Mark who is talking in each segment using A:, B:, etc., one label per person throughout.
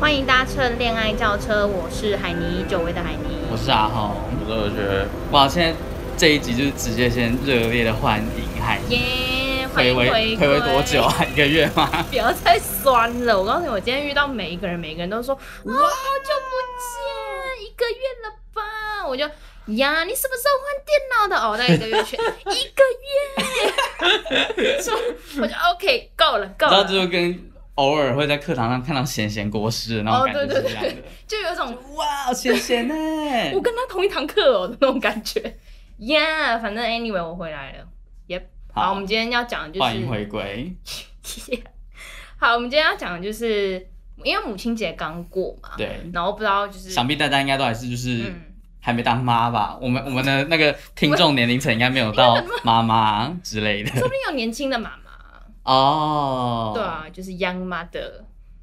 A: 欢迎搭乘恋爱轿车，我是海尼，久违的海尼。
B: 我是阿浩。
C: 我是二学，
B: 哇，现在这一集就是直接先热烈的欢迎海英。
A: 耶，欢
B: 回
A: 迎
B: 味
A: 回
B: 回
A: 归
B: 味多久？啊？一个月 吗？
A: 不要再酸了！我告诉你，我今天遇到每一个人，每个人都说哇，好久不见，一个月了吧？我就呀，你什么时候换电脑的？哦，那一个月 前，一个月， 说我就 OK，够了，够
B: 然后
A: 了，
B: 这就跟偶尔会在课堂上看到咸咸国师的那种
A: 哦，
B: 感
A: 对
B: 觉
A: 对
B: 是一样的。
A: 对，就有一种
B: 哇，咸咸 呢？
A: 我跟他同一堂课哦的那种感觉。呀、yeah,，反正 anyway 我回来了。Yep，好，我们今天要讲的就
B: 欢 迎
A: 是，
B: 回归。
A: 好，我们今天要讲的就是，因为母亲节刚过嘛，
B: 对，
A: 然后不知道就是，
B: 想必大家应该都还是就是
A: 嗯，
B: 还没当妈吧？我们我们的那个听众年龄层应该没有 到妈妈之类的
A: 说不定有年轻的妈妈，
B: 哦。
A: 对，啊，就是 young mother，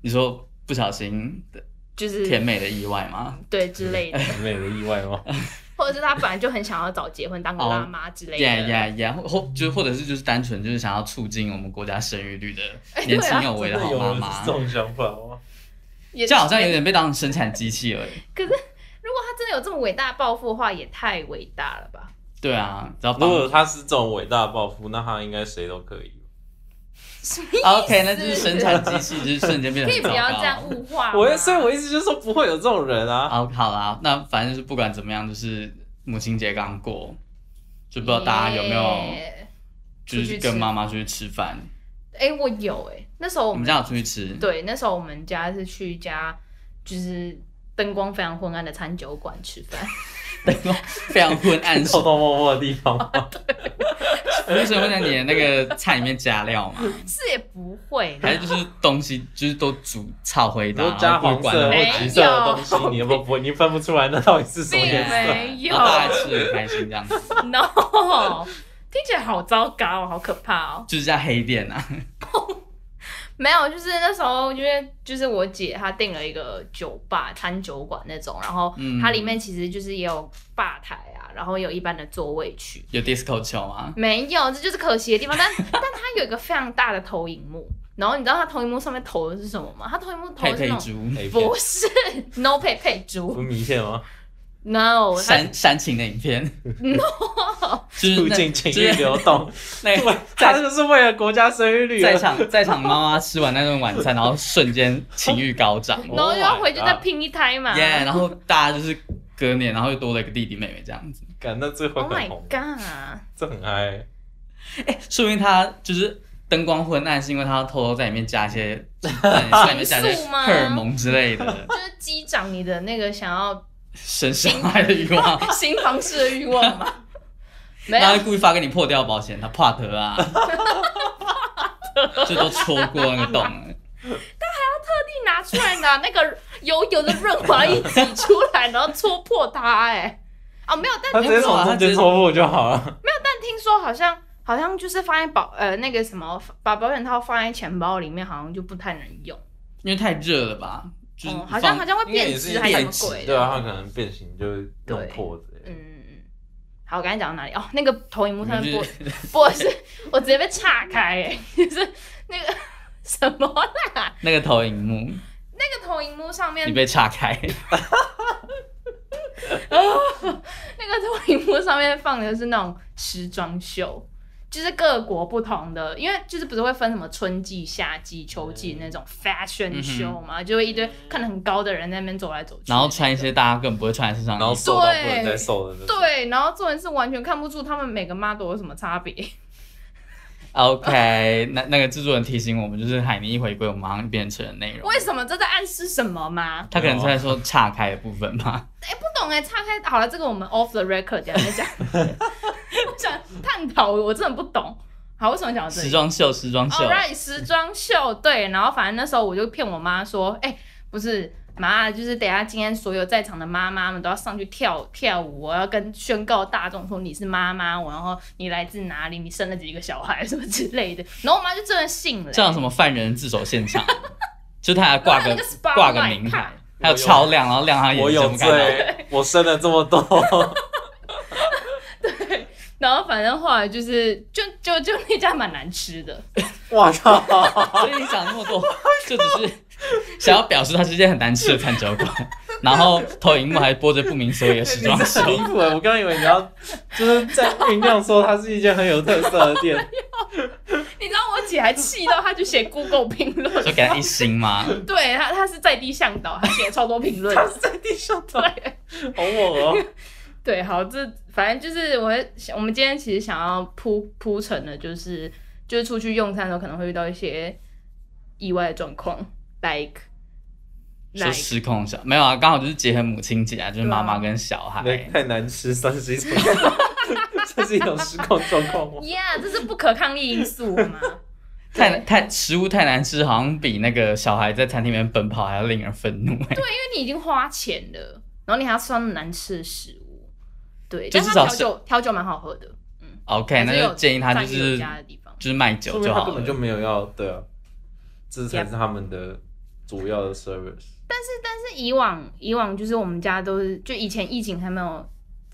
B: 你说不小心的
A: 就是
B: 甜美的意外吗？
A: 对之类 的，
C: 没有意外吗？
A: 或者是她本来就很想要早结婚，当个
B: 哦
A: 辣妈之类的。
B: 呀呀呀，或
A: 嗯
B: 或就或者是就是单纯就是想要促进我们国家生育率的
A: 哎
B: 年
A: 对啊
B: 轻有为
C: 真
B: 的
C: 的
B: 好
C: 有
B: 妈
C: 人是
B: 妈
C: 这，种想法吗？
A: 也
B: 这好 像有点被当成生产机器而已。
A: 如果她真的有这么伟大的抱负的话，也太伟大了 吧？
B: 对啊，只要
C: 如
B: 帮
C: 果他是这种伟大的抱负，那他应该谁都可以。
A: 什么
B: OK，那
A: 意
B: 就是
A: 思
B: 生产机器，就是瞬间变
A: 可
B: 得
A: 以
B: 很
A: 不
B: 糟
A: 要这样
B: 糕。
A: 物化吗。
C: 我所以，我一直就说不会有这种人啊。
B: 好，好啦，那反正就是不管怎么样，就是母亲节刚过，就不知道大家有没有
A: 耶
B: 就
A: 出去
B: 是
A: 吃
B: 跟妈妈出去吃饭？
A: 哎、我有哎、那时候我
B: 我们
A: 们
B: 家有出去吃，
A: 对那时候我们家是去一家就是灯光非常昏暗的餐酒馆吃 饭，
B: 非常昏暗，
C: 偷偷摸摸的地 方，
B: 就是会在你的那个菜里面加料嘛，
A: 是也不会啦
B: 还是就是东西就是都煮炒回
C: 如果
B: 答，
C: 加
B: 然后
C: 黄
B: 不管
C: 色
B: 了
A: 没
C: 或
A: 有
C: 橘色的东西，你都不会，你分不出来那到底是什么
A: 并
C: 颜色。
A: 没有
B: 然后大家吃得很开心这样子，
A: ，no，听起来好糟糕、哦，好可怕哦。
B: 就是在黑店啊，
A: 没有，就是那时候因为就是我姐她订了一个酒吧餐酒馆那种，然后
B: 嗯
A: 它里面其实就是也有吧台啊，然后有一般的座位区。
B: 有 disco 球啊吗？
A: 没有，这就是可惜的地方。但 但它有一个非常大的投影幕，然后你知道它投影幕上面投的是什么吗？它投影幕投的
B: 佩
A: 是
B: 佩
A: 那种
B: 猪、
C: A 片
A: 不是 no 佩佩
C: 不
A: 猪
C: 是米线吗？
A: no 它
B: 煽煽情的影片， 就是
C: 促
B: 那
C: 进情
B: 就
C: 欲
B: 是
C: 流 动，
B: 那
C: 对，他就是为了国家生育率
B: 在
C: 啊而。
B: 场在场妈妈吃完那顿晚餐，然后瞬间情欲 高涨，
A: 然后
C: Oh
A: 又
C: my
A: 要回去再
C: God
A: 拼一胎嘛。
B: 耶！然后大家就是隔年，然后又多了一个弟弟妹妹这样子，
C: 感那最后
A: Oh my
C: 很红，
A: god！
C: 这很嗨。
B: 说明他就是灯光昏暗，是因为他偷偷在里面加一些， 在里面加一些
A: 情愫吗
B: 荷尔蒙之类的，
A: 就是激长你的那个想要
B: 生小孩的欲望。
A: 新房式的欲望嘛。没
B: 然后
A: 有，
B: 他故意发给你破掉保险，他怕得 啊，就都戳过那个洞了。
A: 你拿出来拿那个油油的润滑液挤出来，然后戳破它、哎，啊没有，但
C: 他直接从中间戳破就好了。
A: 但听说好像好像就是放在保呃那个什么把保险套放在钱包里面，好像就不太能用，
B: 因为太热了吧，就是
A: 嗯，好
B: 放、
A: 像好像会
C: 应该
A: 变
C: 也是
A: 质还是
C: 变
A: 什么鬼
C: 质，
A: 的，
C: 对啊，他可能变形就
A: 对
C: 弄破之类的。
A: 嗯。好，我刚才讲到哪里？哦，那个投影幕上面
B: 就
A: 播
B: 是
A: 播的是， 我直接被岔开、哎，就是那个什么啦，
B: 那个投影幕，
A: 那个投影幕上面
B: 你，被岔开，
A: 那个投影幕上面放的是那种时装秀，就是各国不同的，因为就是不是会分什么春季、夏季、秋季那种 fashion
B: 嗯哼
A: show 嘛，就会一堆看得很高的人在那边走来走去，
B: 然后穿一些大家根本不会穿的时尚衣
C: 然后瘦到不能再瘦的那种。
A: 对，然后重点是完全看不出他们每个 model 有什么差别。
B: 啊 OK，那那个制作人提醒我们，就是海尼一回归，我们马上变成了内容。
A: 为什么？这在暗示什么吗？
B: 他可能是在说岔开的部分吧。
A: 哎、不懂哎、岔开好了，这个我们 off the record 等一下再讲。 我想探讨，我真的不懂。好，为什么讲到这
B: 时
A: 里
B: 装秀，时装秀
A: 哦？All right，时装秀对，然后反正那时候我就骗我妈说，哎、不是。妈，就是等一下今天所有在场的妈妈们都要上去跳跳舞，我要跟宣告大众说你是妈妈，我然后你来自哪里，你生了几个小孩什么之类的。然后我妈就真的信了、欸
B: 这样什么犯人自首 现场，就他还挂
A: 那
B: 个
A: 个 spotlight
B: 挂个名牌
A: 看，
B: 还有超亮，然后亮他眼睛，
C: 我有
B: 看到
C: 罪，我生了这么多，
A: 然后反正后来就是，就就就那家蛮难吃的，
C: 哇靠！
B: 所以你想那么多，就只是想要表示它是一件很难吃的餐酒 馆，然后投影幕还播着不明所以的时装
C: 你这
B: 秀，
C: 很离谱哎！我刚刚以为你要就是在酝酿说它是一件很有特色的店，
A: 你知道我姐还气到，她就写 Google 评论，
B: 就给他一星吗？
A: 对她她是在地向导，她写超多评论。
C: 它是在地上的，好猛哦！
A: 对，好，这反正就是我我们今天其实想要铺铺陈的，就是就是出去用餐的时候可能会遇到一些意外的状况，like
B: 说
A: like
B: 失控小没有啊，刚好就是结合母亲节啊，就是妈
A: 对
B: 妈
A: 啊
B: 跟小孩。
C: 那太难吃算是一种， 这是一种失控状况吗？
A: yeah，这是不可抗力因素嘛？
B: 太太食物太难吃，好像比那个小孩在餐厅里面奔跑还要令人愤怒、欸。对，
A: 因为你已经花钱了，然后你还要吃到那么难吃的食物，对，
B: 就
A: 但
B: 至
A: 他
B: 少
A: 调酒调酒蛮好喝的，
B: OK，
A: 还
B: 那
A: 是有
B: 就建议他就
A: 赞誉有
B: 是
A: 加的地方。
B: 就是卖
C: 说
B: 酒
C: 明
B: 就
C: 他
B: 好
C: 根本就
B: 了。
C: 没有要对啊，这才是他们的主要的 service。
A: 但是以往以往就是我们家都是，就以前疫情还没有。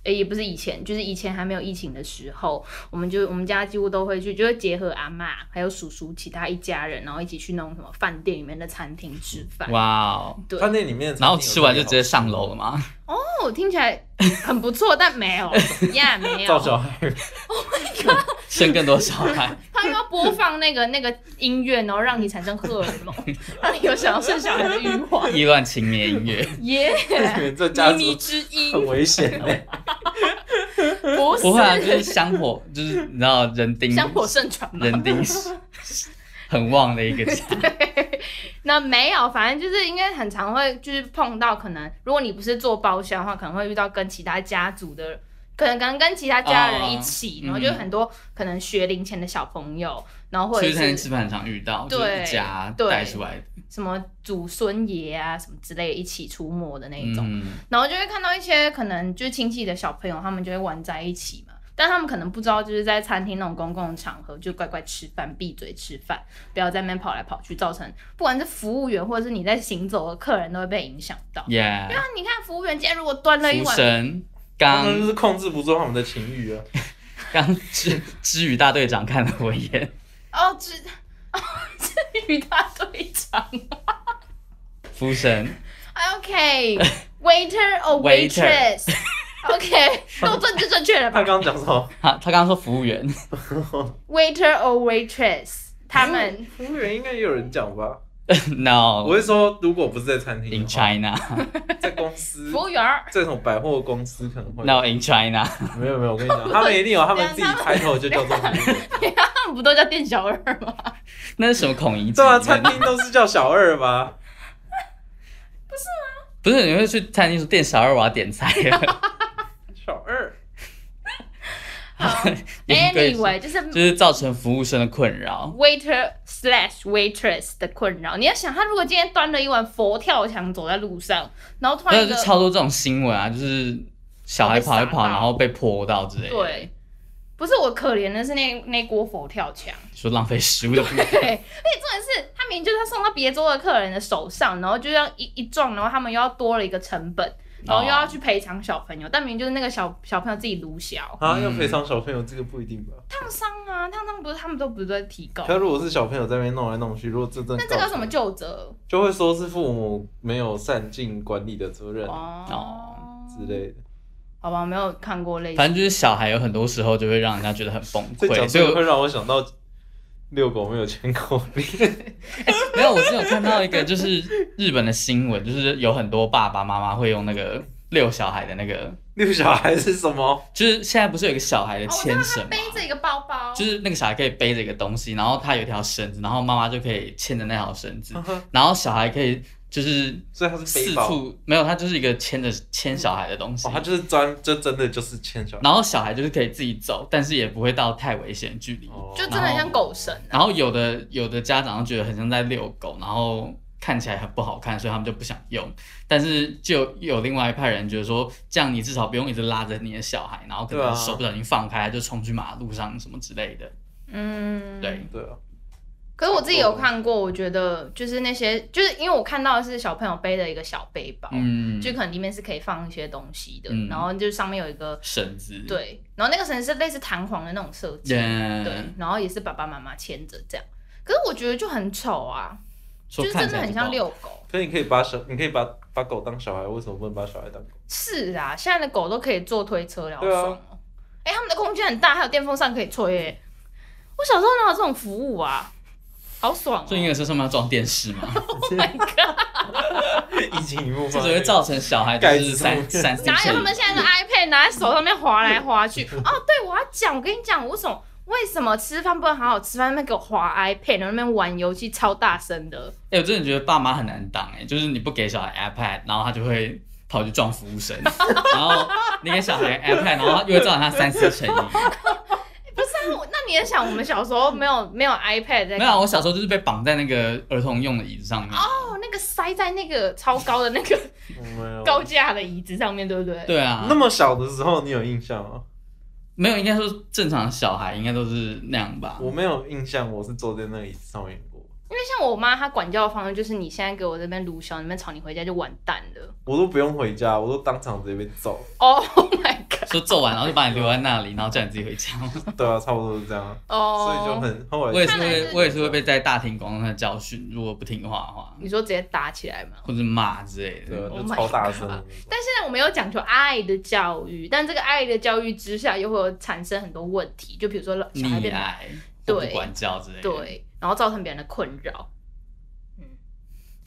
A: 呃，也不是以前，就是以前还没有疫情的时候，我们就我们家几乎都会去，就会结合阿嬷还有叔叔其他一家人，然后一起去那种什么饭店里面的餐厅吃饭。
B: 哇哦！
A: 对
C: 他那里面的
B: 然后
C: 餐厅有
B: 吃完就
C: 特
B: 直
C: 别
B: 接
C: 好
B: 上楼了吗？
A: 哦，听起来很不错，但没有，呀、没
C: 造
A: 有。
C: 小孩，
B: 生更多小孩，
A: 他又要播放那个那个音乐，然后让你产生荷尔蒙，让你有想要生小孩的欲望。
B: 意乱情迷音乐。
A: 耶、
C: 你们这家
A: 靡靡
C: 族
A: 之音，
C: 很 危险哎！
A: 不
B: 不会啊，就
A: 是
B: 是香火，就是你知道人丁
A: 香火盛传嘛。
B: 人丁是 很旺的一个家。
A: 那没有，反正就是应该很常会就是碰到，可能如果你不是做包厢的话，可能会遇到跟其他家族的，可能可能跟其他家人一起，
B: 哦
A: 然后
B: 嗯
A: 就很多可能学龄前的小朋友，然后或
B: 所
A: 者
B: 以餐厅
A: 是
B: 吃饭很常遇到，就
A: 对
B: 是一家
A: 对
B: 带出来的
A: 什么祖孙爷啊什么之类一起出没的那一种，
B: 嗯，
A: 然后就会看到一些可能就是亲戚的小朋友，他们就会玩在一起嘛。但他们可能不知道，就是在餐厅那种公共场合，就乖乖吃饭，闭嘴吃饭，不要在那边跑来跑去，造成不管是服务员或者是你在行走的客人都会被影响到。
B: 耶，
A: 那你看，服务员今天如果端了一
B: 福
A: 碗，
B: 神
C: 他
B: 刚
C: 们就是控制不住他们的情欲啊！
B: 刚知知语大队长看了我一眼，
A: 哦，至 哦，至于大队长
B: 福神
A: ，OK，waiter or
B: Waiter
A: waitress，OK，都正确正确了
C: 他
A: 吧
C: 刚刚讲什 么？
B: 他他刚刚说服务员，
A: ？waiter or waitress，他们
C: 服务员应该也有人讲吧？
B: no
C: 我是说，如果不是在餐厅
B: 哦 in
C: 的话，
B: China
C: 在公司
A: 服，务员儿，
C: 这种百货公司可能会
B: no in China，
C: 没有没有，我跟你讲，他们一定有他们自己开头就叫做 服务员。
A: 他 们不都叫店小二吗？
B: 那是什么孔乙己
C: 对？啊，餐厅都是叫小二吧？
B: 不是你会去餐厅说店小二我要点菜 了
C: 小二，
A: 好
B: 严格来说
A: ，anyway，就是
B: 就是造成服务生的困扰。
A: waiter slash waitress 的困扰。你要想，他如果今天端了一碗佛跳墙走在路上，然后突
B: 那
A: 然一
B: 就
A: 个
B: 超多这种新闻啊，就是小孩跑一
A: 被
B: 跑，
A: 撒到
B: 然后被泼到之类的，
A: 对，不是我可怜的是那那锅佛跳 墙。
B: 说浪费食物的部分。
A: 对，而且重点是，他明明就是要送到别桌的客人的手上，然后就要一一撞，然后他们又要多了一个成本，
B: 哦
A: 然后又要去赔偿小朋友，但明明就是那个小小朋友自己撸小
B: 哦
C: 啊，
B: 嗯
C: 要赔偿小朋友，这个不一定吧？
A: 烫伤啊，烫伤不是他们都不是在提高，
C: 可如果是小朋友在那边弄来弄去，如果这真的
A: 那这个
C: 告
A: 有什么救责？
C: 就会说是父母没有善尽管理的责任
A: 哦，
C: 之类的。
A: 好吧，我没有看过类
B: 反
A: 似，
B: 正就是小孩有很多时候就会让人家觉得很崩
C: 这讲
B: 溃，所以
C: 这
B: 我
C: 个会让我想到遛狗没有牵狗 链，
B: 没有，我是有看到一个就是日本的新闻，就是有很多爸爸妈妈会用那个遛小孩的那个，
C: 遛小孩是什么？
B: 就是现在不是有一个小孩的
A: 哦，我知道
B: 牵绳
A: 他
B: 吗？
A: 背着一个包包，
B: 就是那个小孩可以背着一个东西，然后他有一条绳子，然后妈妈就可以牵着那条绳子，然后小孩可以就是
C: 所以它嗯是
B: 四
C: 背包，
B: 处没有，他就是一个牵着牵小孩的东西
C: 哦，，它就是专，就真的就是牵小孩。
B: 然后小孩就是可以自己走，但是也不会到太危险的距离。
C: 哦
A: 就真的很像狗绳啊。
B: 然后有的有的家长觉得很像在遛狗，然后看起来很不好看，所以他们就不想用。但是就有另外一派人觉得说，这样你至少不用一直拉着你的小孩，然后可
C: 对
B: 能
C: 啊
B: 手不小心放开就冲去马路上什么之类的。
A: 嗯，
B: 对。
C: 对啊，
A: 可是我自己有看过，我觉得就是那些，就是因为我看到的是小朋友背的一个小背包，
C: 哦
B: 嗯，
A: 就可能里面是可以放一些东西的，
B: 嗯
A: 然后就上面有一个
B: 绳子，，
A: 对，然后那个绳是类似弹簧的那种设计，对
B: 耶，，
A: 然后也是爸爸妈妈牵着这样。可是我觉得就很丑啊，
B: 说
A: 就是
B: 看
A: 真
B: 起
A: 的
B: 来
A: 很
B: 不
A: 像
B: 够
A: 遛狗。
C: 可是你可以把小，你可以把把狗当小孩，为什么不能把小孩当狗？
A: 是啊，现在的狗都可以坐推车了，好
C: 对啊
A: 爽哦！哎、他们的空间很大，还有电风扇可以吹、哎，我小时候哪有这种服务啊？好爽、哦！
B: 所以婴儿车上面要装电视 嘛，
C: 一进一哎幕
B: 啊这
C: 吗？
B: 只会造成小孩
C: 盖
B: 就
C: 子
B: 是三
C: 上面
B: 三 C
A: 哪有他们现在的 iPad 拿在手上面滑来滑去？哦，对，我要讲，我跟你讲，为什么为什么吃饭不能好好吃饭，那边给我滑 iPad，然后那边玩游戏超大声的，
B: 哎、我真的觉得爸妈很难当哎、就是你不给小孩 iPad，然后他就会跑去撞服 务生，然后你给小孩 iPad，然后又会造成他三思成瘾。
A: 那啊我那你也想，我们小时候没有没有 iPad 欸在
B: 没有啊，我小时候就是被绑在那个儿童用的椅子上面。
A: 哦，那个塞在那个超高的那个
C: 没有
A: 高架的椅子上面，对不对？
B: 对啊
C: 那，么小的时候，你有印象吗？
B: 没有，应该说正常的小孩应该都是那样吧。
C: 我没有印象，我是坐在那个椅子上面过，
A: 因为像我妈，她管教的方式就是，你现在给我这边撸小，你们吵你回家就完蛋了。
C: 我都不用回家，我都当场直接被揍。
A: Oh my god！
B: 说揍完，然后就把你留在那里，然后叫你自己回家。
C: 对啊， 差不多是这样，
A: 哦、
C: 所以就很后
B: 我也
C: 来。
A: 看
B: 是
A: 来
B: 会，
A: 是
B: 我也是会被在大庭广众下教训，如果不听话的话，
A: 你说直接打起来嘛？
B: 或者骂之类
C: 对啊，
B: 的。
A: Oh
C: 就
A: my
C: 超大声的
A: God
C: 那种。
A: 但现在我们有讲究爱的教育，但这个爱的教育之下，又会有产生很多问题，就比如说老小孩
B: 溺
A: 变得
B: 爱、
A: 对
B: 或不管教之类的。，
A: 对，然后造成别人的困扰，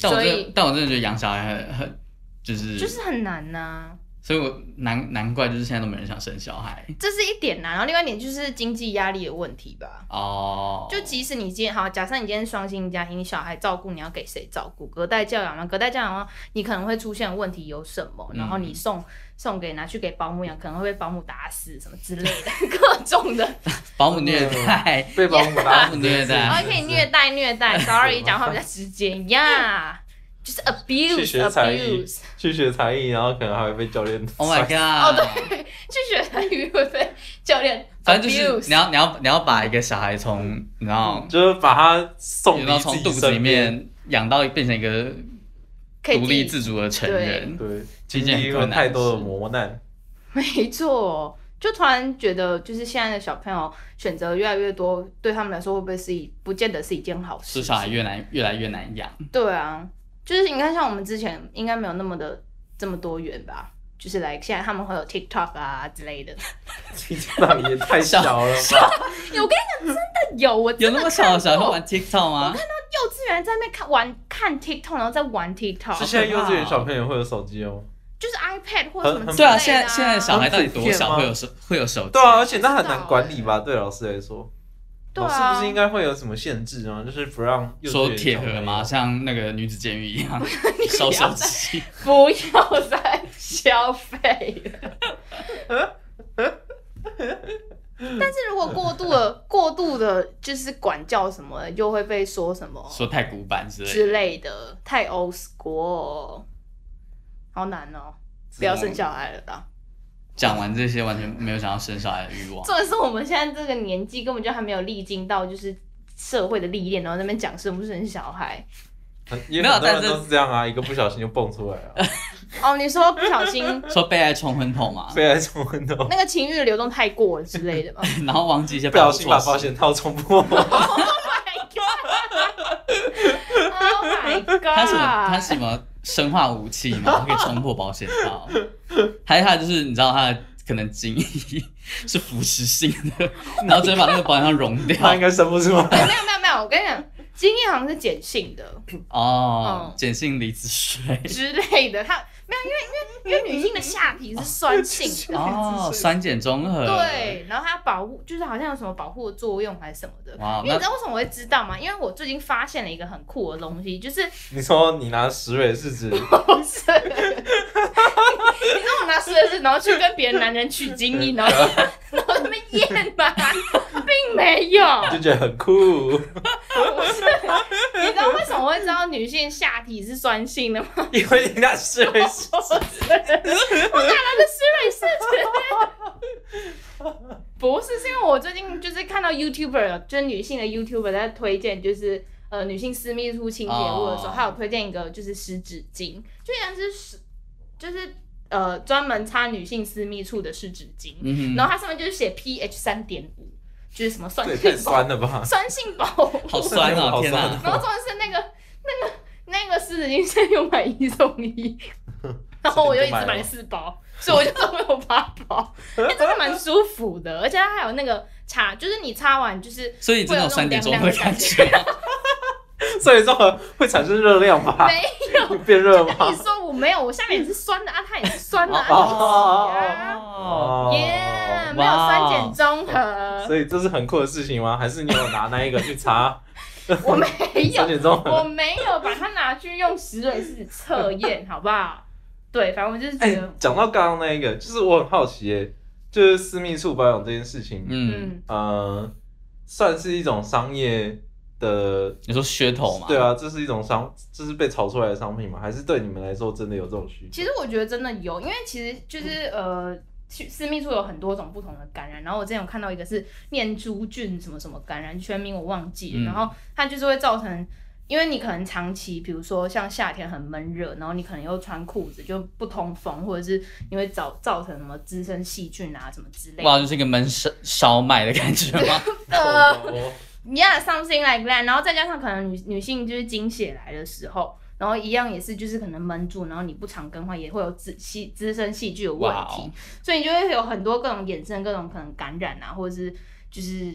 B: 但我
A: 所以
B: 真的，但我真的觉得养小孩很很就是
A: 就是很难呐、
B: 所以我难难怪就是现在都没人想生小孩
A: 这是一点呐、然后另外一点就是经济压力的问题吧。
B: 哦。
A: 就即使你今天好，假设你今天是双薪家庭，你小孩照顾你要给谁照顾？隔代教养吗？隔代教养的话，你可能会出现的问题有什么？
B: 嗯
A: 然后你送送给拿去给保姆养，可能会被保姆打死什么之类的，各 种的
B: 保姆虐待，
C: 被保姆打死，
B: 对对
A: 然后
B: 啊
A: 可以虐待虐
B: 哎
A: 待，sorry，讲话比较直接呀就是 abuse
C: 去学才艺
A: abuse，
C: 去学才艺，然后可能还会被教练。
B: ，Oh my
A: 哦
B: god！、
A: 对，去学台语会被教练
B: 反正就是你
A: abuse，
B: 要你要你要把一个小孩从你知道，
C: 就是把他嗯送
B: 然
C: 离
B: 后
C: 自
B: 从
C: 己
B: 肚子里
C: 身边。
B: 面养到变成一个
A: 可以
B: 独立
A: 自
B: 自主的成人，
C: 对，
B: 这
C: 经
B: 件
C: 历
B: 很
C: 过
B: 困难
C: 太多的
B: 事
C: 磨难，
A: 没错。就突然觉得，就是现在的小朋友选择越来越多，对他们来说会不会是一不见得是一件好
B: 是
A: 事？
B: 小孩越来越来越难养。
A: 对啊，就是你看，像我们之前应该没有那么的这么多元吧。就是来，现在他们会有 TikTok 啊之类的。
C: 听到也太小了吧？
A: 我跟你讲，真的有，我
B: 有
A: 真的
B: 那么小的小
A: 看
B: 孩会
A: 过
B: 玩 TikTok 吗？
A: 幼稚园在那边看玩看 TikTok，然后再玩
C: 是
A: TikTok，
C: 现在幼稚园小朋友会有手机哦？
A: 就是 iPad 或者什么之类
B: 对
A: 的、
B: 啊，现在现在的小孩到底多
C: 很普遍
B: 小
C: 吗
B: 会有手会有手机？
C: 对啊，而且那很难管理吧？对老师来说，
A: 欸对
C: 老师
A: 啊，
C: 不是应该会有什么限制吗？就是不让幼稚
B: 说
C: 园
B: 铁
C: 小朋
B: 盒
C: 友
B: 嘛，？像那个女子监狱一样收手机。
A: 不要再消费了。但是如果过度的、过度的，就是管教什么的，又会被说什么
B: 说太古板之类的，
A: 之类的，太 old school，好难哦，不要生小孩了啦。
B: 讲完这些完全没有想要生小孩的欲望。
A: 重点是我们现在这个年纪根本就还没有历经到就是社会的历练，然后在那边讲生不生小孩。
C: 很也
B: 没有
C: 很多
B: 但
C: 人
B: 是
C: 都是这样啊，一个不小心就蹦出来 啊了，
A: 哦，你说不小心
B: 说被爱冲昏头嘛，
C: 飞来冲昏头，
A: 那个情欲的流动太过了之类的吧？
B: 然后忘记一些
C: 哦不小心把
B: 措施
C: 保险套冲破，
A: Oh my god！
B: 他什
A: 啊
B: 么？他什么生化武器 嘛，可以冲破保险套。还有他就是你知道他的可能精液 是腐蚀性的，然后直接把那个保险套溶 掉
C: 他应该生不出来。
A: 哎没有没有没有，我跟你讲，精液好像是碱性的
B: 哦
A: 嗯，
B: 碱性离子水。
A: 之类的，它没有，因为因为因为女性的下体是酸性的，
B: 哦，酸碱中和。，
A: 对，然后它保护就是好像有什么保护的作用还是什么的。
B: 哇，
A: 因为你
B: 那
A: 知道为什么我会知道吗？因为我最近发现了一个很酷的东西， 就是
C: 你说你拿石蕊是指
A: 不是， 你知道我拿湿的是，然后去跟别的男人取经历，然后 然后他们验吗？并没有，
C: 就觉得 很酷，
A: 不是。你知道为什么会知道女性下体是酸性的吗？
C: 因为你拿石蕊是
A: 不是，我拿了个湿瑞试不是，是因为我最近就是看到 YouTuber，就是女性的 YouTuber 在推荐，就是呃女性私密处清洁物的时候，
B: 哦
A: 她有推荐一个就是湿纸巾，就像是湿，就是呃专门擦女性私密处的湿纸巾，
B: 嗯
A: 然后
B: 哼，
A: 它上面就是写 pH 三点五，就是什么酸
C: 这也
A: 性
C: 太
A: 保
C: 酸了 吧？
A: 酸性保护，
B: 好酸哦，
C: 好
B: 天
C: 酸
B: 哪
C: 哦！
A: 然后重点是那个那个四因现在有买一送 一，然后我就一直
C: 所以你就买
A: 买
C: 了
A: 四包，所以我就总共有八 包，哎、真的蛮舒服的，而且它还有那个擦，就是你擦完就是
B: 所以真的有三点钟的感觉吗，
C: 所以这么会产生热量吧？
A: 没有。
C: 变热
A: 就跟
C: 吗
A: 你？说我没有，我下面也是酸的啊，它也是酸啊的啊，
C: 哦
A: 一起啊
B: 哦，
A: 耶，没有酸
B: 哇
A: 碱中 和，
C: 所以这是很酷的事情吗？还是你有拿那一个去擦？
A: 我没 有
C: 三，点钟，
A: 我没有把它拿去用石蕊试测验，好不好？对，反正我就是
C: 哎、
A: 觉得，
C: 讲到刚刚那一个，就是我很好奇、耶，就是私密处保养这件事情，嗯、
B: 嗯，
A: 嗯，
C: 算是一种商业的，
B: 你说噱头嘛，
C: 对，啊，这是一种商，这是被炒出来的商品吗？还是对你们来说真的有这种需求？
A: 其实我觉得真的有，因为其实就是呃。去私密处有很多种不同的感染，然后我之前有看到一个是念珠菌什么什么感染，全名我忘记了，
B: 嗯
A: 然后它就是会造成，因为你可能长期，比如说像夏天很闷热，然后你可能又穿裤子就不通风，或者是你会造造成什么滋生细菌啊什么之类的。
B: 哇，就是一个闷烧烧麦的感觉 吗？
A: 呃
C: 哦
A: Yeah, something like that。然后再加上可能女女性就是经血来的时候，然后一样也是就是可能闷住，然后你不常更换也会有滋细滋生细菌的问
B: 哇
A: 题
B: 哦，
A: 所以你就会有很多各种衍生各种可能感染啊，或者是就是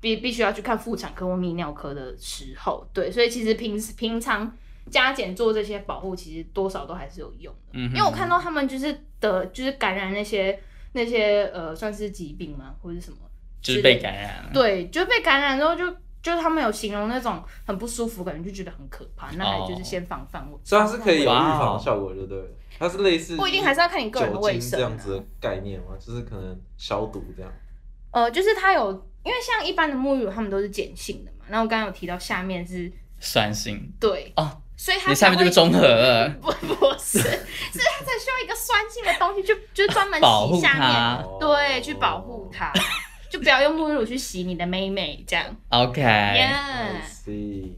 A: 必必须要去看妇产科或泌尿科的时候，对，所以其实平时平常加减做这些保护，其实多少都还是有用的。
B: 嗯哼，
A: 因为我看到他们就是得就是感染那些那些呃算是疾病吗，或者是什么
B: 就是被感染了，
A: 对，就被感染之后就就他们有形容那种很不舒服，感觉就觉得很可怕，那还就是
B: 哦
A: 先防范我。
C: 所以它是可以有预
B: 哇
C: 防的效果，对不对？它是类似
A: 不一定还是要看你个人的
C: 酒
A: 卫
C: 精
A: 生
C: 这
A: 啊、
C: 样子的概念嘛，就是可能消毒这样。
A: 呃，就是它有，因为像一般的沐浴乳，它们都是碱性的嘛。那我刚刚有提到下面是
B: 酸性
A: 对，
B: 哦，
A: 所以它
B: 你下
A: 才
B: 面
A: 会嗯
B: 就是中和了，
A: 不不是，是它才需要一个酸性的东西，就就专门
B: 保护
A: 洗下面，
B: 它
A: 对，去保
C: 哦
A: 护它，就不要用沐浴乳去洗你的妹妹这样。
B: ，OK。
C: I
A: Yeah,
C: see。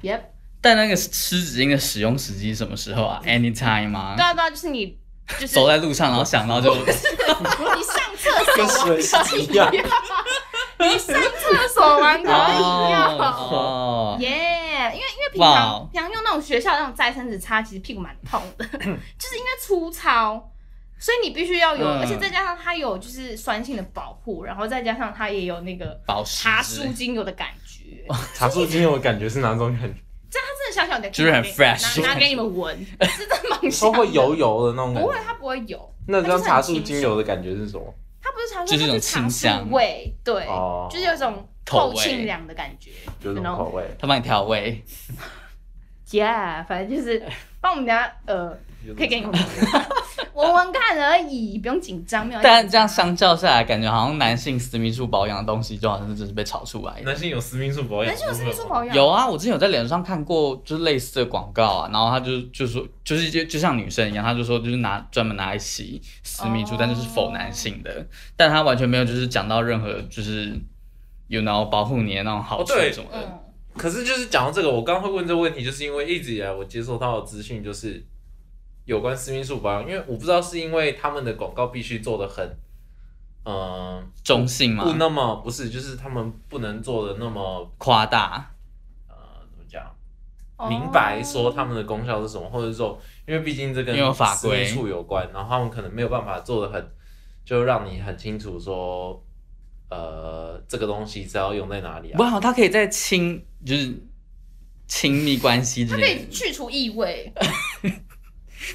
A: yep.
B: 但那个湿纸巾的使用时机是什么时候啊？Anytime 吗
A: 对？啊对啊，就是你就是
B: 走在路上，然后想到就
A: 你上 厕
C: 跟
A: 所啊
C: 水是一样
A: 完可以啊，你上厕所完可以啊。
B: 哦，
A: 耶因为因为平常、
B: 哇哦
A: 平常用那种学校那种再生纸擦，其实屁股蛮痛 的，就是因为粗糙，所以你必须要有，
B: 嗯
A: 而且再加上它有就是酸性的保护，然后再加上它也有那个
B: 保湿
A: 茶
B: 之类
A: 树精油的感觉，
C: 茶树精油的感觉是哪种感觉？
A: 它真的小小的，
B: 就是很
A: 拿
B: fresh
A: 拿拿给你们闻，真的 蛮
C: 说
A: 香的。
C: 会油油的那种感
A: 不会，
C: 觉。
A: 它不会油，
C: 那这样茶树
A: 它就是很
C: 精油的感觉是什么？
A: 它不是茶树，
B: 就是一
A: 它
B: 种
A: 是茶
B: 清香
A: 树味，对，
C: 哦
A: 就是有一种
B: 口
A: 透
B: 味
A: 沁凉的感觉，
C: 有什
A: you
C: 么
A: know？
C: 口味？
B: 他帮你调味，
A: Yeah，反正就是帮我们家呃，
C: 有
A: 可以给你
C: 什么
A: 闻闻闻看而已，不用紧张，没有。
B: 但这样，相较下来，感觉好像男性私密处保养的东西，就好像是就是被炒出来的
C: 男。性有私密处保养，
A: 男性有私密处保养，
B: 有啊，我之前有在脸书上看过，就是类似的广告啊，然后他就就说，就是就就像女生一样，他就说就是拿专门拿来洗私密处
A: 哦
B: 但就是否男性的，但他完全没有就是讲到任何就是有 o 保护你的那种好处
C: 哦对
B: 什么的，
A: 嗯，
C: 可是就是讲到这个，我刚刚会问这个问题，就是因为一直以来我接收到的资讯就是有关私密处保养，因为我不知道是因为他们的广告必须做的很，嗯、
B: 中性嘛
C: 不，那么不是，就是他们不能做的那么
B: 夸大，
C: 呃怎么讲，
A: 哦
C: 呃明白说他们的功效是什么，或者说因为毕竟这跟
B: 因为有法
C: 私密
B: 规
C: 处有关，然后他们可能没有办法做的很，就让你很清楚说，呃，这个东西是要用在哪里啊？
B: 哇，他可以在亲就是亲密关系之
A: 哦它可
B: 类
A: 以
B: 的，
A: 去除异味，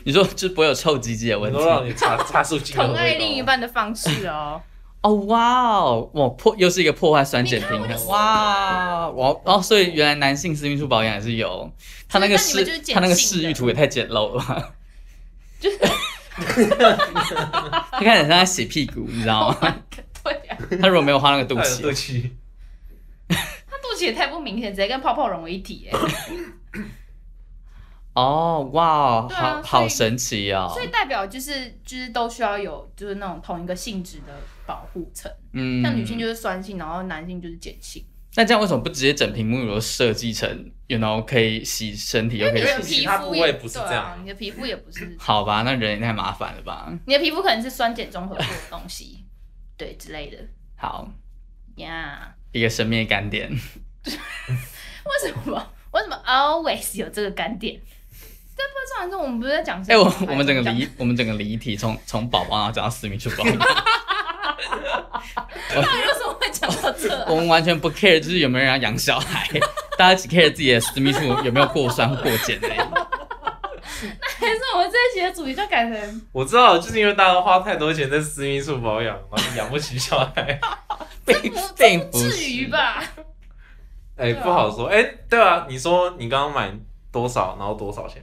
B: 你说就不会有臭鸡鸡的问
C: 能
B: 题
C: 够让你擦擦 出精油的
A: 疼
C: 味道
A: 爱另一半的方式哦。
B: 哦，哇哦，哇破又是一个破坏酸碱平
A: 你看我就
B: 衡，
A: 说
B: 哇，哇哦，所以原来男性私密处保养也是有，他那个
A: 就是那你
B: 视
A: 们就是
B: 他那个
A: 碱性
B: 视
A: 的
B: 域图也太简陋了吧，
A: 就是
B: 他看起来像在洗屁股，你知道 吗？
A: 对啊，
B: 他如果没有画那个肚
C: 哎呦
B: 脐
C: 对，不起，
A: 它肚脐也太不明显，直接跟泡泡融为一体哎，
B: 哦，哇哦，
A: 对啊所
B: 好
A: 以
B: 好神奇哦
A: 所，以代表就是就是都需要有就是那种同一个性质的保护层，
B: 嗯，
A: 像女性就是酸性，然后男性就是碱性，
B: 那这样为什么不直接整屏幕都设计成，you know，可以洗身体又可
A: 你
B: 以
C: 因为
A: 的
B: 洗？
A: 皮
C: 其他部
A: 肤
C: 位
A: 也
C: 不是
A: 对啊
C: 这样
A: 你的皮肤也不是
B: 好吧，那人也太麻烦了吧。
A: 你的皮肤可能是酸碱中和过的东西，对之类的
B: 好，
A: 呀。
B: 一个神秘的干点，
A: 为什么？为什么 always 有这个干点？重点是我们不是在讲
B: 哎、
A: 生
B: 我
A: 小孩
B: 我们整个
A: 讲
B: 离我们整个离题，从从宝宝然后讲到私密处 保养，
A: 到底为什么会讲到这啊、
B: 我们完全不 care 就是有没有人要养小 孩，大家只 care 自己的私密处有没有过酸或过碱而已。
A: 还是我们这一集的主题就改成
C: 我知道，就是因为大家都花太多钱在私密处保养，然后养不起小 孩。
B: 并
A: 不
B: 并不
A: 至于
B: 是？
A: 吧？对
C: 哎、
A: 啊
C: 不好说。哎、对啊，你说你刚刚买多少，然后多少钱？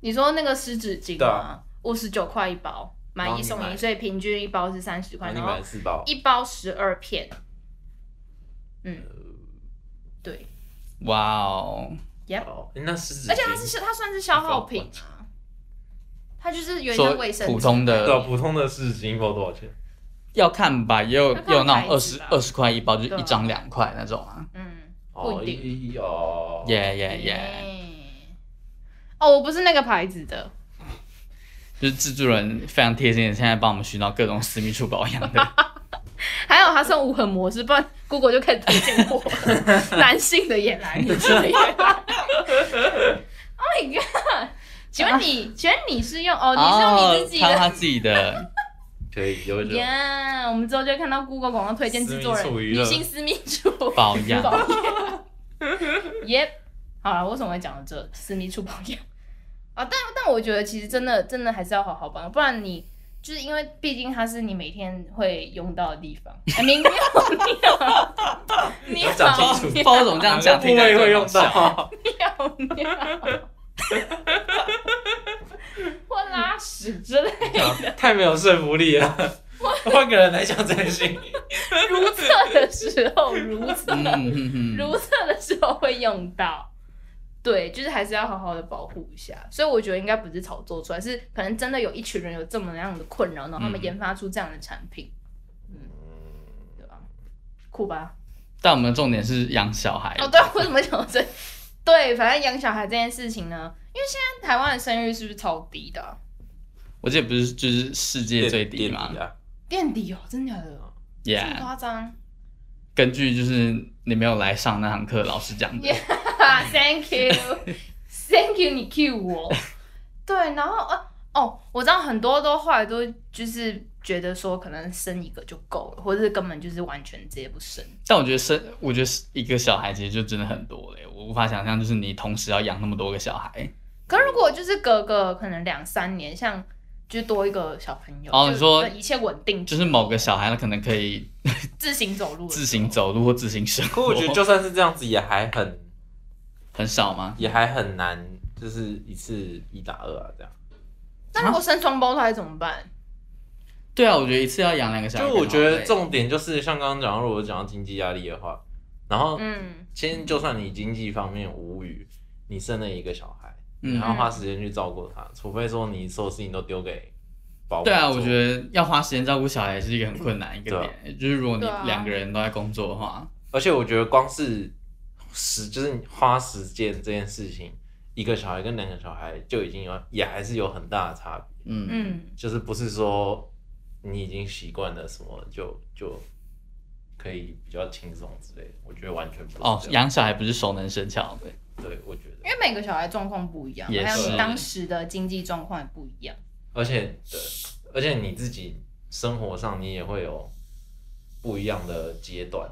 A: 你说那个湿纸巾
C: 对
A: 吗
C: 啊？
A: 五十九块一包，买
C: 然后
A: 一
C: 你
A: 送一，
C: 买
A: 所以平均一包是三十块，
C: 然
A: 然
C: 后你
A: 后
C: 买了四包，
A: 哦一包十二片。嗯，对
B: 哇哦，
C: 哦，哎那湿纸巾，
A: 而且它是它算是消耗品啊，它就是有点
B: 说
A: 像卫生纸
B: 普通
C: 对啊，
B: 的
C: 普通的湿纸巾包多少钱？
B: 要看吧，也有
A: 要看
B: 也有那种
A: 牌
B: 二
A: 子
B: 十
A: 吧
B: 二十块一包，就是
A: 对啊
B: 一张两块那种啊。
A: 嗯，不
C: 哦，
A: 一定。
C: 一哦，
B: 耶耶耶！
A: 耶欸哦，我不是那个牌子的，
B: 就是制作人非常贴心的，现在帮我们寻找各种私密处保养的。
A: 还有它是用无痕模式，不然 Google 就开始推荐 我男性的也来，女性的也来。oh my god！请问
C: 啊
A: 你，请问你是 用哦？你是用你自己
B: 哦他
A: 的？
B: 他自己的，
C: 可以有一种
A: 呀、我们之后就会看到 Google 广告推荐制作
C: 私
A: 人
C: 密处娱乐
A: 女性私密处
B: 保 养
A: 保养 yep，好了，为什么会讲到这私密处保养啊？但但我觉得其实真的真的还是要好好保养，不然你就是因为毕竟它是你每天会用到的地方。哎，明明有尿，
C: 讲
A: 尿
C: 清楚
B: 不知道怎么这样
C: 哪
B: 讲，
C: 个部
B: 听起来
C: 位
B: 就
C: 会
B: 很
C: 用
B: 好笑。
C: 到？
A: 尿尿， 或拉屎之类，
C: 太没有说服力 了，换个人来讲才行。
A: 如厕的时候如厕。
B: 嗯嗯嗯，
A: 如厕的时候会用到。对，就是还是要好好的保护一下，所以我觉得应该不是炒作出来，是可能真的有一群人有这么样的困扰，然后他们
B: 嗯
A: 研发出这样的产品，嗯，对吧？酷吧？
B: 但我们的重点是养小孩。
A: 哦，对，为什么讲到这？ 对，反正养小孩这件事情呢，因为现在台湾的生育是不是超低的啊、
B: 我记得不是就是世界最低嘛
C: 垫底啊，
A: 垫底哦，真的假的？这么
B: ？Yeah，
A: 夸张
B: 根据就是你没有来上那堂课，老师讲的。
A: ？Thank you，Thank you，你 cue 我。对，然后呃哦，我知道很多都后来都就是觉得说，可能生一个就够了，或者是根本就是完全直接不生。
B: 但我觉得生，我觉得一个小孩其实就真的很多嘞，我无法想象，就是你同时要养那么多个小孩。
A: 可是如果就是隔个可能两三年，像就多一个小朋友，
B: 哦
A: 就
B: 你说
A: 一切稳定，
B: 就是某个小孩他可能可以
A: 自行走路了，
B: 自行走路或自行生
C: 可
B: 活，
C: 我觉得就算是这样子，也还很
B: 很少吗？
C: 也还很难，就是一次一打二啊，这样。
A: 那如果生双胞胎怎么办？
B: 对啊，我觉得一次要养两个小孩
C: 就
B: 很好
C: 我
B: 累，
C: 觉得重点就是像刚刚讲到，如果讲到经济压力的话，然后
A: 嗯，
C: 先就算你经济方面无语，你生了一个小孩，
B: 嗯
C: 你还要花时间去照顾他，除非说你所有事情都丢给保姆
B: 对啊，
C: 做
B: 我觉得要花时间照顾小孩是一个很困难一个
C: 对啊
B: 点，就是如果你
A: 对啊
B: 两个人都在工作的话，
C: 而且我觉得光是时就是你花时间这件事情，一个小孩跟两个小孩就已经有也还是有很大的差别，
B: 嗯，
A: 嗯，
C: 就是不是说你已经习惯了什么就就可以比较轻松之类的，我觉得完全不是
B: 哦，
C: 这样
B: 养小孩不是熟能生巧的，
C: 对，我觉得
A: 因，为每个小孩状况不一样，
B: 也
A: 还有
C: 是
A: 你当时的经济状况也不一样。
C: 而且对，而且你自己生活上你也会有不一样的阶段，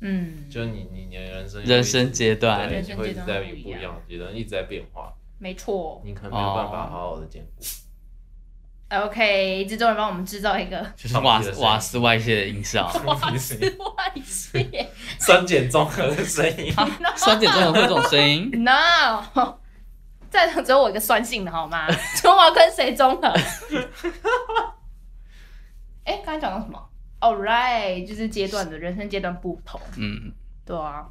A: 嗯，
C: 就是你你你的人生
B: 人生阶段
C: 对，
A: 人
C: 你
A: 生
C: 会
A: 阶
C: 一直
A: 段
C: 在
A: 不
C: 一
A: 一
C: 个不一
A: 样
C: 样的阶段，一直在变化，
A: 没错。
C: 你可能没有办法
B: 哦
C: 好好的兼顾。
A: OK，制作人帮我们制造一 个
B: 就是瓦
C: 放屁的声音
B: 瓦斯外泄的音效，
A: 外泄。
C: 酸碱综合的声音。
B: 酸碱中和会有这种声音
A: No，在场只有我一个酸性的好 吗？所以我要跟谁综 合？哎、刚才讲到什么？All right，就是阶段的人生阶段不同，
B: 嗯。
A: 对啊，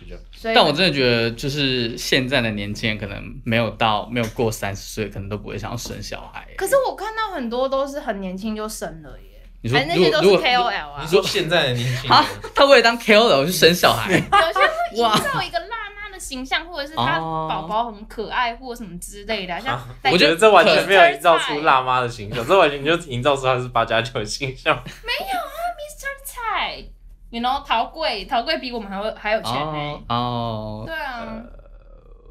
C: 就这样
A: 所以
B: 但我真的觉得，就是现在的年轻人可能没有到没有过三十岁，可能都不会想要生小孩。
A: 可是我看到很多都是很年轻就生了耶，
B: 你说
A: 哎，那些都
B: 如
A: 是
B: 果如果
A: KOL 啊
C: 你，说现在的年轻
B: 啊
C: 人，，
B: 他为了当 KOL 去生 小孩，
A: 有些会
B: 哇
A: 营造一个辣妈的形象，或者是他
B: 哦
A: 宝宝很可爱或什么之类的啊，像
C: 啊
A: 戴
B: 我
C: 我
B: 觉
C: 觉
B: 得
C: 得这完全没有营造出辣妈的形象，这完全就营造出她是八加九的形象。
A: Mr. 菜，你 you know 陶
B: 哦
A: 贵，陶贵比我们还会还有钱呢、
B: 哦哦，
A: 对啊，
C: 呃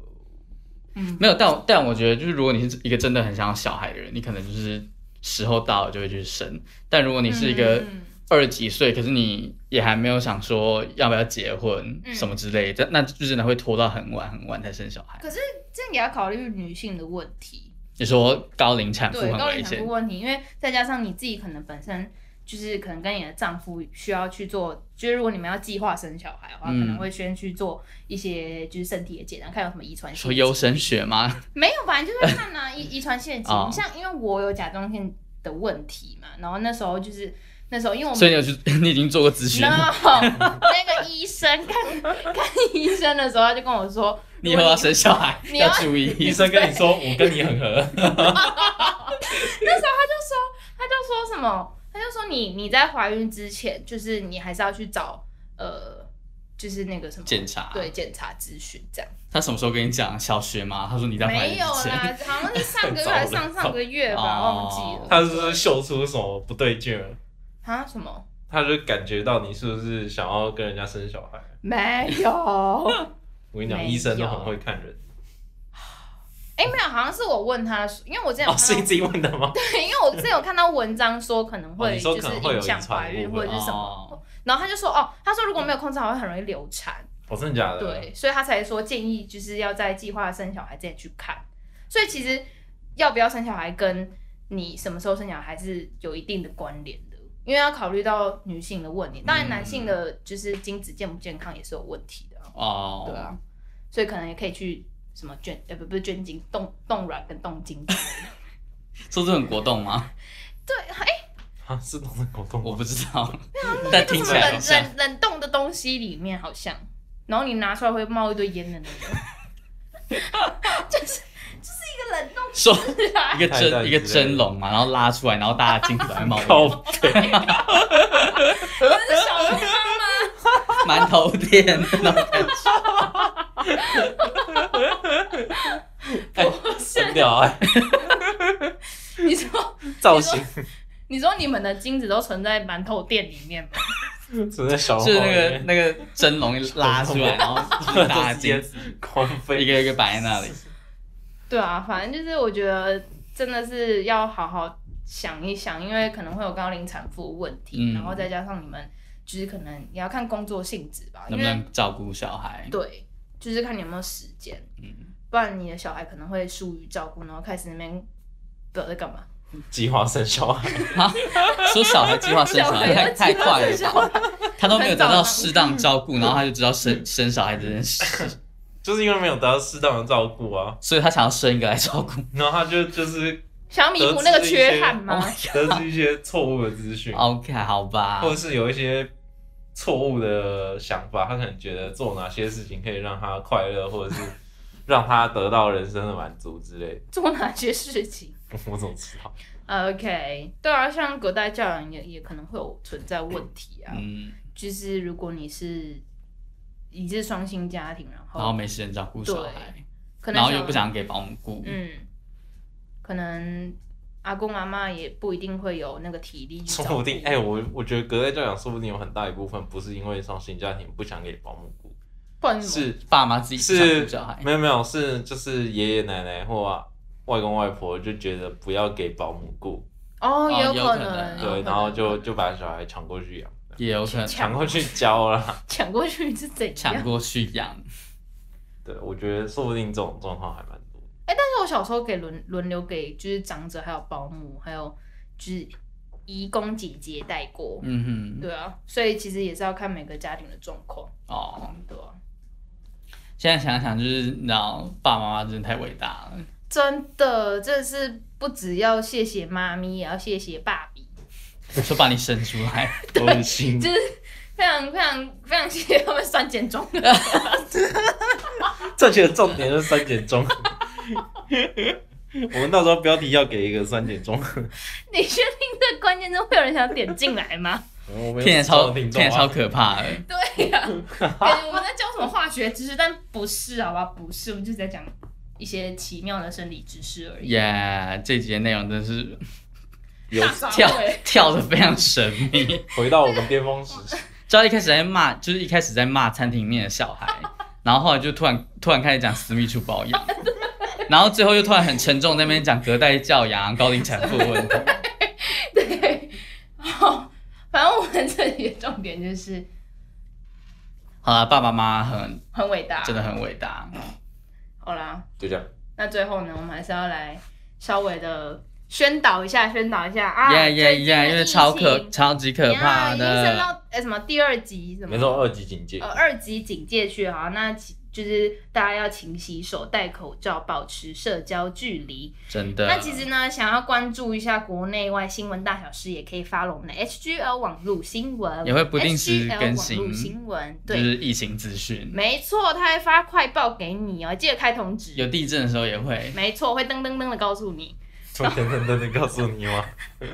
A: 嗯，
B: 没有，但但我觉得就是如果你是一个真的很想要小孩的人，你可能就是时候到了就会去生。但如果你是一个
A: 嗯
B: 二十几岁，可是你也还没有想说要不要结婚
A: 嗯
B: 什么之类的，那就真的会拖到很晚很晚才生小孩。
A: 可是这样也要考虑女性的问题，
B: 你说高龄产妇
A: 对
B: 很
A: 高
B: 危
A: 龄产
B: 险
A: 妇，问题，因为再加上你自己可能本身就是可能跟你的丈夫需要去做，就是如果你们要计划生小孩的话，
B: 嗯
A: 可能会先去做一些就是身体的检查，看有什么遗传性
B: 说
A: 的
B: 优生学吗？
A: 没有，反正就是看 啊遗遗传性的基
B: 哦
A: 因，像因为我有甲状腺的问题嘛，然后那时候就是那时候因为我
B: 所以
A: 们。
B: 你有去，你已经做过咨 询
A: no，
B: 了，
A: 那个医生看看医生的时候，他就跟我说，
B: 你以后要生小孩
A: 你要
B: 要注意。
C: 医生跟你说 我跟你很合，
A: 他就说什么，他就说你你在怀孕之前，就是你还是要去找呃，就是那个什么
B: 检查
A: 对检查咨询这样。
B: 他什么时候跟你讲？小学吗？他说你在怀孕
A: 没有
B: 之前，
A: 啦，好像是上个月还是上上个月吧，
B: 哦
A: 忘记了。
C: 他是不是嗅出什么不对劲了？
A: 啊什么？
C: 他就感觉到你是不是想要跟人家生小孩？
A: 没有。
C: 我跟你讲，
A: 没
C: 医生都很会看人。
A: 哎、没有，好像是我问他，因为我之前有
C: 哦，
A: 看
C: 是
A: 到、
C: 你自己问的吗？
A: 对，因为我之前有看到文章说可能
C: 哦
A: 会
C: 你说
A: 就
C: 可
A: 是
C: 能会有
A: 影响
C: 遗传
A: 怀孕
C: 部
A: 或
C: 分
A: 者是什么
B: 哦，
A: 然后他就说哦，他说如果没有控制好会很容易流产，
C: 哦，真的假的？，
A: 对，所以他才说建议就是要在计划生小孩之前去看，所以其实要不要生小孩跟你什么时候生小孩是有一定的关联的，因为要考虑到女性的问题，当
B: 嗯
A: 然男性的就是精子健不健康也是有问题的啊，
B: 哦，
A: 对啊，所以可能也可以去什么捐呃不不是捐精冻冻卵跟冻精子，
B: 说这很国动吗？
A: 对，哎、
C: 啊，是动的狗动
B: 我
C: 物。
B: 不知 道，但听起来很
A: 什么
B: 像
A: 冷冷冷冻的东西里面好像，然后你拿出来会冒一堆烟的那种， 就是就是一个冷冻
B: 说
A: 出来
B: 一个
C: 太淡
B: 蒸一个
C: 之类的
B: 蒸笼嘛，然后拉出来，然后大家进子来冒烟
C: 靠
A: 我是小笼包吗？
B: 馒头店那种感觉。
C: 哎，很屌哎，
A: 你说
C: 造型
A: 你说你们的精子都存在馒头店里面吗？
C: 只在小
B: 就是
C: 黄
B: 那个
C: 人
B: 那个蒸笼一拉出来，然后就是大家
C: 直接
B: 进
C: 狂
B: 一
C: 飞。
B: 个一个摆在那里。
A: 对啊，反正就是我觉得真的是要好好想一想，因为可能会有高龄产妇的问题，
B: 嗯
A: 然后再加上你们就是可能也要看工作性质吧，因
B: 能不
A: 为
B: 能照顾小孩？
A: 对，就是看你有没有时间。
B: 嗯，
A: 不然你的小孩可能会疏于照顾，然后开始那边不知道在干嘛。
C: 计划生小孩，
B: 说小孩计划生
A: 小
B: 小孩
A: 孩
B: 太太快了
A: 小
B: 吧，
A: 孩
B: 他都没有得到适当照 顾，然后他就知道生生小孩这件事，
C: 就是因为没有得到适当的照顾啊，
B: 所以他想要生一个来照顾。
C: 然后他就就是
A: 想要弥补那个缺憾
B: 得知
A: 吗
B: 一？
C: 得知一些错误的资讯，
B: OK，好吧
C: 或，者是有一些错误的想法，他可能觉得做哪些事情可以让他快乐，或 者是让他得到人生的满足之类的。
A: 做哪些事情
C: 我怎么知道？
A: ？OK，对啊，像隔代教养也也可能会有存在问题啊。
B: 嗯，
A: 就是如果你是你是双薪家庭，然
B: 然后
A: 后
B: 没时间照顾小孩，
A: 可能
B: 然后又
A: 小
B: 不想给保姆顾，
A: 嗯，可能阿公阿妈也不一定会有那个体力去照 顾，
C: 说不定，哎、我我觉得隔代教养说不定有很大一部分不是因为双薪家庭不想给保姆雇，
A: 不然是
C: 是
B: 爸妈自己照
C: 是
B: 顾小孩。
C: 没有没有是就是爷爷奶奶或、外公外婆就觉得不要给保姆雇，
A: 哦，也
B: 哦有
A: 可
B: 可能
A: 有可
C: 对，然后就就把小孩抢过去养，
B: 也 有可能
A: 抢
C: 嗯抢过去教啊啦。
A: 抢过去是怎样？
B: 抢过去养，
C: 对，我觉得说不定这种状况还蛮多 的。
A: 哎但是我小时候给轮轮流给就是长者，还有保姆，还有就是姨公姐姐带过。
B: 嗯哼，
A: 对啊，所以其实也是要看每个家庭的状况，
B: 哦，
A: 对啊，
B: 现在想想就是，你知道，爸爸妈妈真的太伟大了，
A: 真的，这是不只要谢谢妈咪，也要谢谢爸比，
B: 说把你生出来，
C: 温馨
A: 就是非常非常非常谢谢他们酸碱中 的。
C: 这期的重点就是酸碱中和。 我们到时候标题要给一个酸碱中和。
A: 你确定这关键字会有人想点进来吗？
C: 我们
B: 听起来超
C: 听
B: 听起来
C: 众
B: 超
C: 啊，
B: 可怕的。
A: 对 呀、感觉我们在教什么化学知识，但不是，好吧，不是，我们就是在讲一些奇妙的生理知识而已。
B: 耶，这集的内容真是
C: 有
A: 大杂
B: 跳
A: 烩
B: 跳的非常神 秘。
C: 回到我们巅峰时期，
B: 知道一开始在骂，就是一 开始在骂餐厅里面的小孩，然后后来就突然突然开始讲私密处保养，然后最后又突然很沉重，在那边讲隔代教养、高龄产妇 问题。
A: 对，好，反正我们这里的重点就是
B: 好了，爸爸妈妈很
A: 很伟大，
B: 真的很伟大。
A: 好啦，
C: 就这样。
A: 那最后呢，我们还是要来稍微的宣导一下，宣导一下啊，
B: 耶耶
A: 最近的
B: 耶！因为
A: 疫
B: 超可
A: 情
B: 超级可怕
A: 你看已经升
B: 的，
A: 到呃什么第二级什么，
C: 没错，二级警戒
A: 呃，二级警戒区好，那其就是大家要勤洗手、戴口罩、保持社交距离。
B: 真的。
A: 那其实呢，想要关注一下国内外新闻大小事，也可以发了我们的 HGL 网络新闻，
B: 也会不定时
A: HGL
B: 更新
A: 网络新闻。
B: 就
A: 对，
B: 是疫情资讯，
A: 没错，他会发快报给你哦，记得开通
B: 有
A: 知。
B: 地震的时候也会。
A: 没错，会噔噔噔的告诉你，
C: 我等等等等告诉你吗？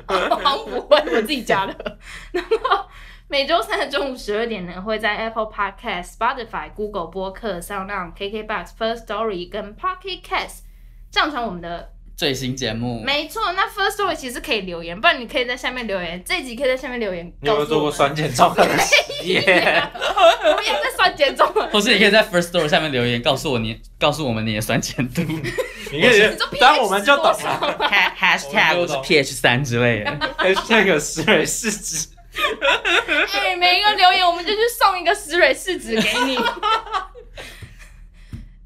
A: 我好像不会，我自己加的。然后每周三的中午十二点呢，会在 Apple Podcast、Spotify、Google 播客、Sound On、KKBox、First Story 跟 Pocket Cast 上传我们的。
B: 最新节目
A: 没错，那 First Story 其实可以留言，不然你可以在下面留言，这集可以在下面留言
C: 你有
A: 告
C: 没有
A: 诉
C: 做
A: 我
C: 过
A: 们。
C: 酸碱中和的 实验？
A: 我们也在酸碱中啊了。
B: 或是你可以在 First Story 下面留言，告诉我你告诉我们你的酸碱度
C: 你可以
A: 你说 pH，
C: 当我们就懂
A: 值多
C: 了。
A: 少
B: Ha-，#hashtag
C: 我
B: 或
C: 们都
B: 是
C: 懂
B: pH 三之类 的。
C: #hashtag 思维是指
A: 哎、每一个留言我们就去送一个石蕊试纸给你。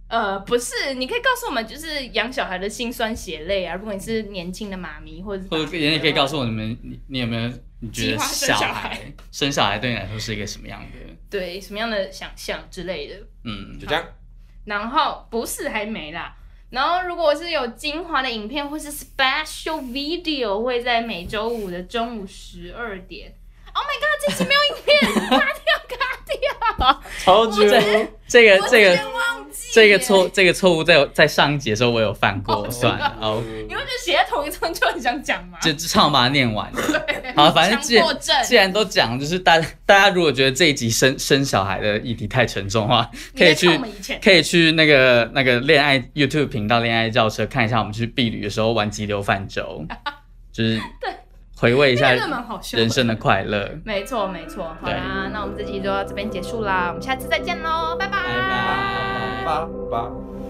A: 呃，不是，你可以告诉我们，就是养小孩的辛酸血泪啊。如果你是年轻的妈咪，或者是
B: 或者也可以告诉我你们你你有没有你觉
A: 计
B: 得
A: 划生小
B: 小
A: 孩
B: 孩生小孩对你来说是一个什么样的？
A: 对什么样的想象之类的。
B: 嗯
C: 就，这样。
A: 然后不是还没啦。然后，如果是有精华的影片或是 special video，会在每周五的中午十二点。Oh my god！这期没有影片， 卡掉卡掉，
C: 超级
B: 这这个哎这
A: 我
B: 个
A: 直接忘记
B: 这个
A: 耶
B: 错这个错误在在上一节的时候我有犯过，
A: 哦
B: 算了哦，
A: 你会
C: 嗯
A: 觉得写在同一张就很想讲吗？
B: 就就唱把它 念完。好，反正既
A: 强
B: 然
A: 迫症，
B: 既然都讲，就是大大家如果觉得这一集生生小孩的议题太沉重的话，
A: 你
B: 可
A: 在
B: 以去
A: 冲我们以前
B: 可以去那个那个恋爱 YouTube 频道“恋爱轿车”看一下我们去避旅的时候玩急流泛舟， 就是回味一下
A: 那个蛮好笑的
B: 人生的快乐。
A: 没错没错，好
B: 对
A: 啦，那我们这期就到这边结束啦，我们下次再见喽，拜拜
B: 拜拜
C: 八八。